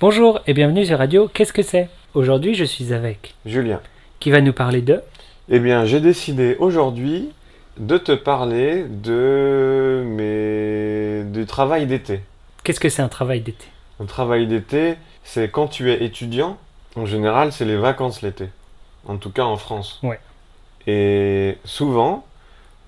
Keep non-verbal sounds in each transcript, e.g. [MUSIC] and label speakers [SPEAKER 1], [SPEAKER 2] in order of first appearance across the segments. [SPEAKER 1] Bonjour et bienvenue sur Radio Qu'est-ce que c'est Aujourd'hui je suis avec
[SPEAKER 2] Julien,
[SPEAKER 1] qui va nous parler de
[SPEAKER 2] eh bien j'ai décidé aujourd'hui de te parler de mes... du travail d'été.
[SPEAKER 1] qu'est-ce que c'est un travail d'été.
[SPEAKER 2] Un travail d'été, c'est quand tu es étudiant, en général c'est les vacances l'été. En tout cas en France.
[SPEAKER 1] Ouais.
[SPEAKER 2] Et souvent,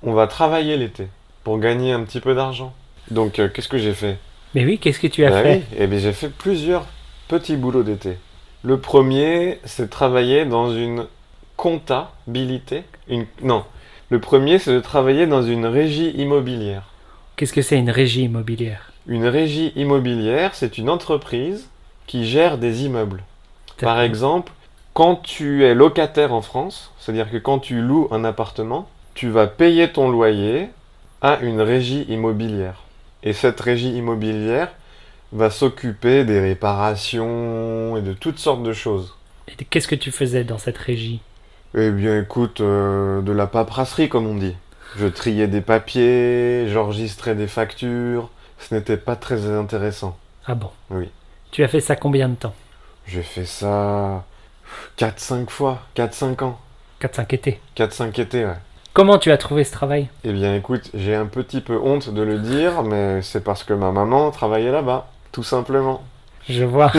[SPEAKER 2] on va travailler l'été pour gagner un petit peu d'argent. Donc euh, qu'est-ce que j'ai fait
[SPEAKER 1] Mais oui, qu'est-ce que tu as
[SPEAKER 2] Ah
[SPEAKER 1] fait
[SPEAKER 2] oui, eh bien, j'ai fait plusieurs petits boulots d'été. Le premier, c'est de travailler dans une comptabilité. Une... Non, le premier, c'est de travailler dans une régie immobilière.
[SPEAKER 1] Qu'est-ce que c'est une régie immobilière
[SPEAKER 2] Une régie immobilière, c'est une entreprise qui gère des immeubles. Par exemple, quand tu es locataire en France, c'est-à-dire que quand tu loues un appartement, tu vas payer ton loyer à une régie immobilière. Et cette régie immobilière va s'occuper des réparations et de toutes sortes de choses.
[SPEAKER 1] Et Qu'est-ce que tu faisais dans cette régie
[SPEAKER 2] Eh bien, écoute, euh, de la paperasserie, comme on dit. Je triais des papiers, j'enregistrais des factures. Ce n'était pas très intéressant.
[SPEAKER 1] Ah bon
[SPEAKER 2] Oui.
[SPEAKER 1] Tu as fait ça combien de temps
[SPEAKER 2] J'ai fait ça 4-5 fois, 4-5 ans,
[SPEAKER 1] 4-5 étés.
[SPEAKER 2] 4-5 étés, ouais.
[SPEAKER 1] Comment tu as trouvé ce travail
[SPEAKER 2] Eh bien, écoute, j'ai un petit peu honte de le dire, mais c'est parce que ma maman travaillait là-bas, tout simplement.
[SPEAKER 1] Je
[SPEAKER 2] [LAUGHS]
[SPEAKER 1] vois.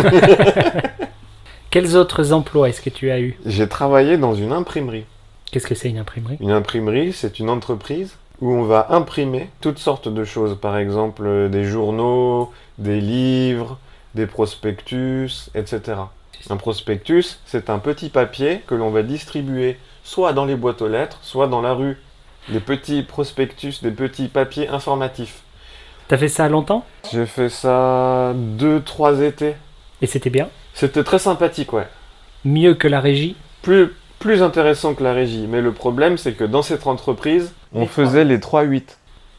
[SPEAKER 1] Quels autres emplois est-ce que tu as eu
[SPEAKER 2] J'ai travaillé dans une imprimerie.
[SPEAKER 1] Qu'est-ce que c'est une imprimerie
[SPEAKER 2] Une imprimerie, c'est une entreprise où on va imprimer toutes sortes de choses, par exemple euh, des journaux, des livres, des prospectus, etc. Un prospectus, c'est un petit papier que l'on va distribuer soit dans les boîtes aux lettres, soit dans la rue. Des petits prospectus, des petits papiers informatifs.
[SPEAKER 1] T'as fait ça longtemps
[SPEAKER 2] J'ai fait ça deux, trois étés.
[SPEAKER 1] Et c'était bien
[SPEAKER 2] C'était très sympathique, ouais.
[SPEAKER 1] Mieux que la régie
[SPEAKER 2] Plus, plus intéressant que la régie. Mais le problème, c'est que dans cette entreprise, on
[SPEAKER 1] Les trois.
[SPEAKER 2] faisait les 3-8.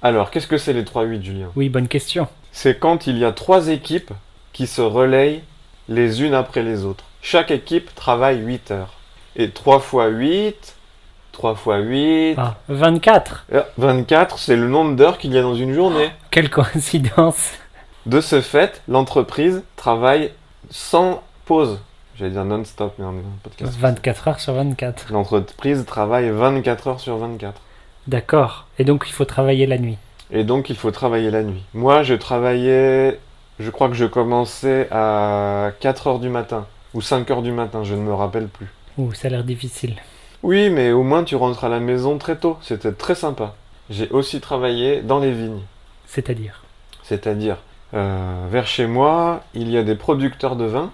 [SPEAKER 2] Alors, qu'est-ce que c'est les 3-8, Julien
[SPEAKER 1] Oui, bonne question.
[SPEAKER 2] C'est quand il y a trois équipes qui se relayent les unes après les autres. Chaque équipe travaille 8 heures. Et 3 fois 8, 3 fois 8,
[SPEAKER 1] Ah, 24
[SPEAKER 2] euh, 24, c'est le nombre d'heures qu'il y a dans une journée.
[SPEAKER 1] Quelle coïncidence
[SPEAKER 2] De ce fait, l'entreprise travaille sans pause. J'allais dire non-stop, mais en podcast.
[SPEAKER 1] 24 heures sur 24.
[SPEAKER 2] L'entreprise travaille 24 heures sur 24.
[SPEAKER 1] D'accord. Et donc il faut travailler la nuit.
[SPEAKER 2] Et donc, il faut travailler la nuit. Moi, je travaillais, je crois que je commençais à 4 heures du matin ou 5 heures du matin, je ne me rappelle plus.
[SPEAKER 1] Ouh, ça a l'air difficile.
[SPEAKER 2] Oui, mais au moins tu rentres à la maison très tôt. C'était très sympa. J'ai aussi travaillé dans les vignes.
[SPEAKER 1] C'est-à-dire
[SPEAKER 2] C'est-à-dire, euh, vers chez moi, il y a des producteurs de vin,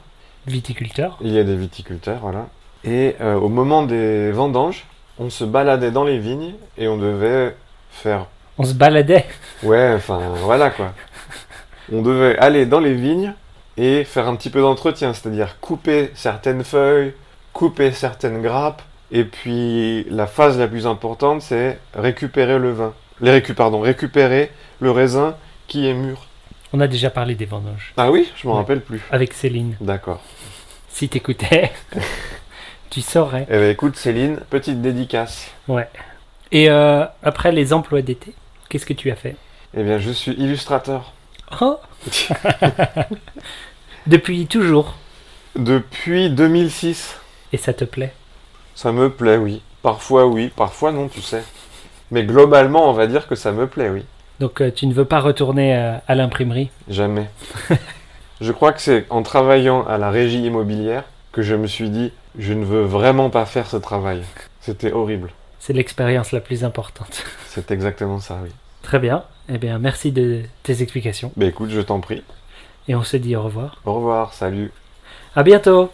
[SPEAKER 1] viticulteur.
[SPEAKER 2] il y a des viticulteurs, voilà. Et euh, au moment des vendanges, on se baladait dans les vignes et on devait faire
[SPEAKER 1] On se baladait.
[SPEAKER 2] Ouais, enfin voilà quoi. On devait aller dans les vignes et faire un petit peu d'entretien, c'est-à-dire couper certaines feuilles, couper certaines grappes, et puis la phase la plus importante c'est récupérer le vin. Les récu- pardon, récupérer le raisin qui est mûr.
[SPEAKER 1] On a déjà parlé des vendanges.
[SPEAKER 2] Ah oui, je m'en
[SPEAKER 1] Ouais.
[SPEAKER 2] rappelle plus.
[SPEAKER 1] Avec Céline.
[SPEAKER 2] D'accord.
[SPEAKER 1] Si t'écoutais, [LAUGHS] tu saurais.
[SPEAKER 2] Eh ben écoute Céline, petite dédicace.
[SPEAKER 1] Et euh, après les emplois d'été, qu'est-ce que tu as fait
[SPEAKER 2] Eh bien je suis illustrateur.
[SPEAKER 1] Oh [LAUGHS] Depuis toujours.
[SPEAKER 2] Depuis 2006.
[SPEAKER 1] Et ça te plaît
[SPEAKER 2] Ça me plaît, oui. Parfois oui, parfois non, tu sais. Mais globalement, on va dire que ça me plaît, oui.
[SPEAKER 1] Donc euh, tu ne veux pas retourner euh, à l'imprimerie
[SPEAKER 2] Jamais. je crois que c'est en travaillant à la régie immobilière que je me suis dit, je ne veux vraiment pas faire ce travail. C'était horrible.
[SPEAKER 1] C'est l'expérience la plus importante. [LAUGHS]
[SPEAKER 2] C'est exactement ça, oui.
[SPEAKER 1] Très bien. Eh bien, merci de tes explications.
[SPEAKER 2] Bah écoute, je t'en prie.
[SPEAKER 1] Et on se dit au revoir.
[SPEAKER 2] Au revoir, salut.
[SPEAKER 1] À bientôt